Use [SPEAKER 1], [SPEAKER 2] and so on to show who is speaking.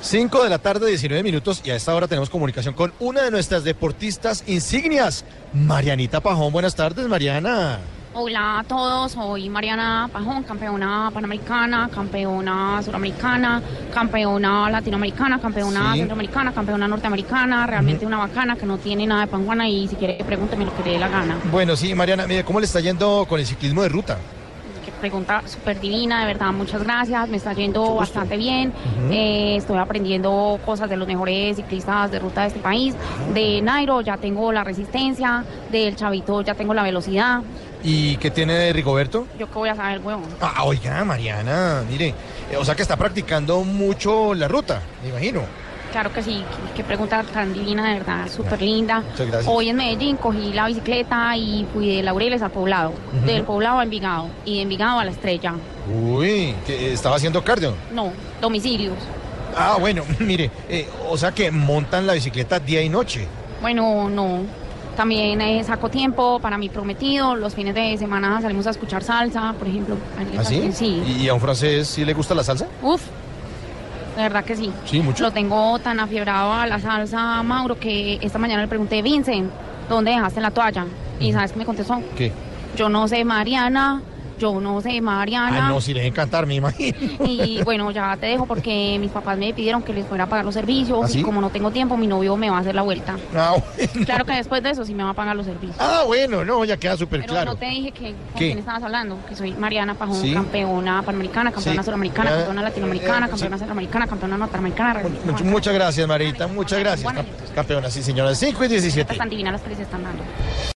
[SPEAKER 1] 5 de la tarde, 19 minutos, y a esta hora tenemos comunicación con una de nuestras deportistas insignias, Marianita Pajón. Buenas tardes, Mariana.
[SPEAKER 2] Hola a todos, soy Mariana Pajón, campeona panamericana, campeona suramericana, campeona latinoamericana, campeona
[SPEAKER 1] Sí.
[SPEAKER 2] centroamericana, campeona norteamericana, realmente una bacana que no tiene nada de panguana y si quiere pregúnteme lo que le dé la gana.
[SPEAKER 1] Bueno, sí, Mariana, mire, ¿cómo le está yendo con el ciclismo de ruta?
[SPEAKER 2] Qué pregunta súper divina, de verdad, muchas gracias. Me está yendo bastante bien.
[SPEAKER 1] Ujú.
[SPEAKER 2] Eh, estoy aprendiendo cosas de los mejores ciclistas de ruta de este país. De Nairo ya tengo la resistencia, del Chavito ya tengo la velocidad.
[SPEAKER 1] ¿Y qué tiene de Rigoberto?
[SPEAKER 2] Yo qué voy a saber, huevón.
[SPEAKER 1] Ah, oiga, Mariana, mire, eh, o sea que está practicando mucho la ruta, me imagino.
[SPEAKER 2] Claro que sí, qué, qué pregunta tan divina, de verdad, súper linda.
[SPEAKER 1] Muchas gracias.
[SPEAKER 2] Hoy en Medellín cogí la bicicleta y fui de Laureles al Poblado,
[SPEAKER 1] Ujú.
[SPEAKER 2] del Poblado a Envigado y de Envigado a La Estrella.
[SPEAKER 1] Uy, que estaba haciendo cardio.
[SPEAKER 2] No, domicilios.
[SPEAKER 1] Ah, bueno, mire, eh, o sea que montan la bicicleta día y noche.
[SPEAKER 2] Bueno, no. También eh, saco tiempo para mi prometido. Los fines de semana salimos a escuchar salsa, por ejemplo. Ayer
[SPEAKER 1] ¿Así?
[SPEAKER 2] también, ¿Ah, Sí.
[SPEAKER 1] ¿Ah, ¿Y a un francés sí le gusta la salsa?
[SPEAKER 2] Uf, de verdad que sí.
[SPEAKER 1] Sí, mucho.
[SPEAKER 2] Lo tengo tan afiebrado a la salsa, Mauro, que esta mañana le pregunté, Vincent, ¿dónde dejaste la toalla? Y ¿sabes qué me contestó?
[SPEAKER 1] ¿Qué?
[SPEAKER 2] Yo no sé, Mariana. Yo no sé, Mariana.
[SPEAKER 1] Ah, no, sí le debe encantar, me imagino.
[SPEAKER 2] Y bueno, ya te dejo porque mis papás me pidieron que les fuera a pagar los servicios.
[SPEAKER 1] ¿Ah, sí?
[SPEAKER 2] Y como no tengo tiempo, mi novio me va a hacer la vuelta.
[SPEAKER 1] Ah, bueno.
[SPEAKER 2] Claro que después de eso sí me va a pagar los servicios.
[SPEAKER 1] Ah, bueno, no, ya queda súper
[SPEAKER 2] Pero
[SPEAKER 1] claro.
[SPEAKER 2] no te dije que con
[SPEAKER 1] ¿Qué?
[SPEAKER 2] quién estabas hablando, que soy Mariana Pajón,
[SPEAKER 1] Sí.
[SPEAKER 2] campeona panamericana, campeona
[SPEAKER 1] Sí.
[SPEAKER 2] suramericana,
[SPEAKER 1] Ah,
[SPEAKER 2] campeona latinoamericana,
[SPEAKER 1] eh,
[SPEAKER 2] campeona
[SPEAKER 1] sí.
[SPEAKER 2] centroamericana, campeona norteamericana.
[SPEAKER 1] Much-
[SPEAKER 2] realmente,
[SPEAKER 1] muchas gracias,
[SPEAKER 2] Juana,
[SPEAKER 1] Marita,
[SPEAKER 2] Juana,
[SPEAKER 1] muchas gracias.
[SPEAKER 2] Juana,
[SPEAKER 1] Campeona, sí, señora. 5 y 17.
[SPEAKER 2] Tan divinas las que les están dando.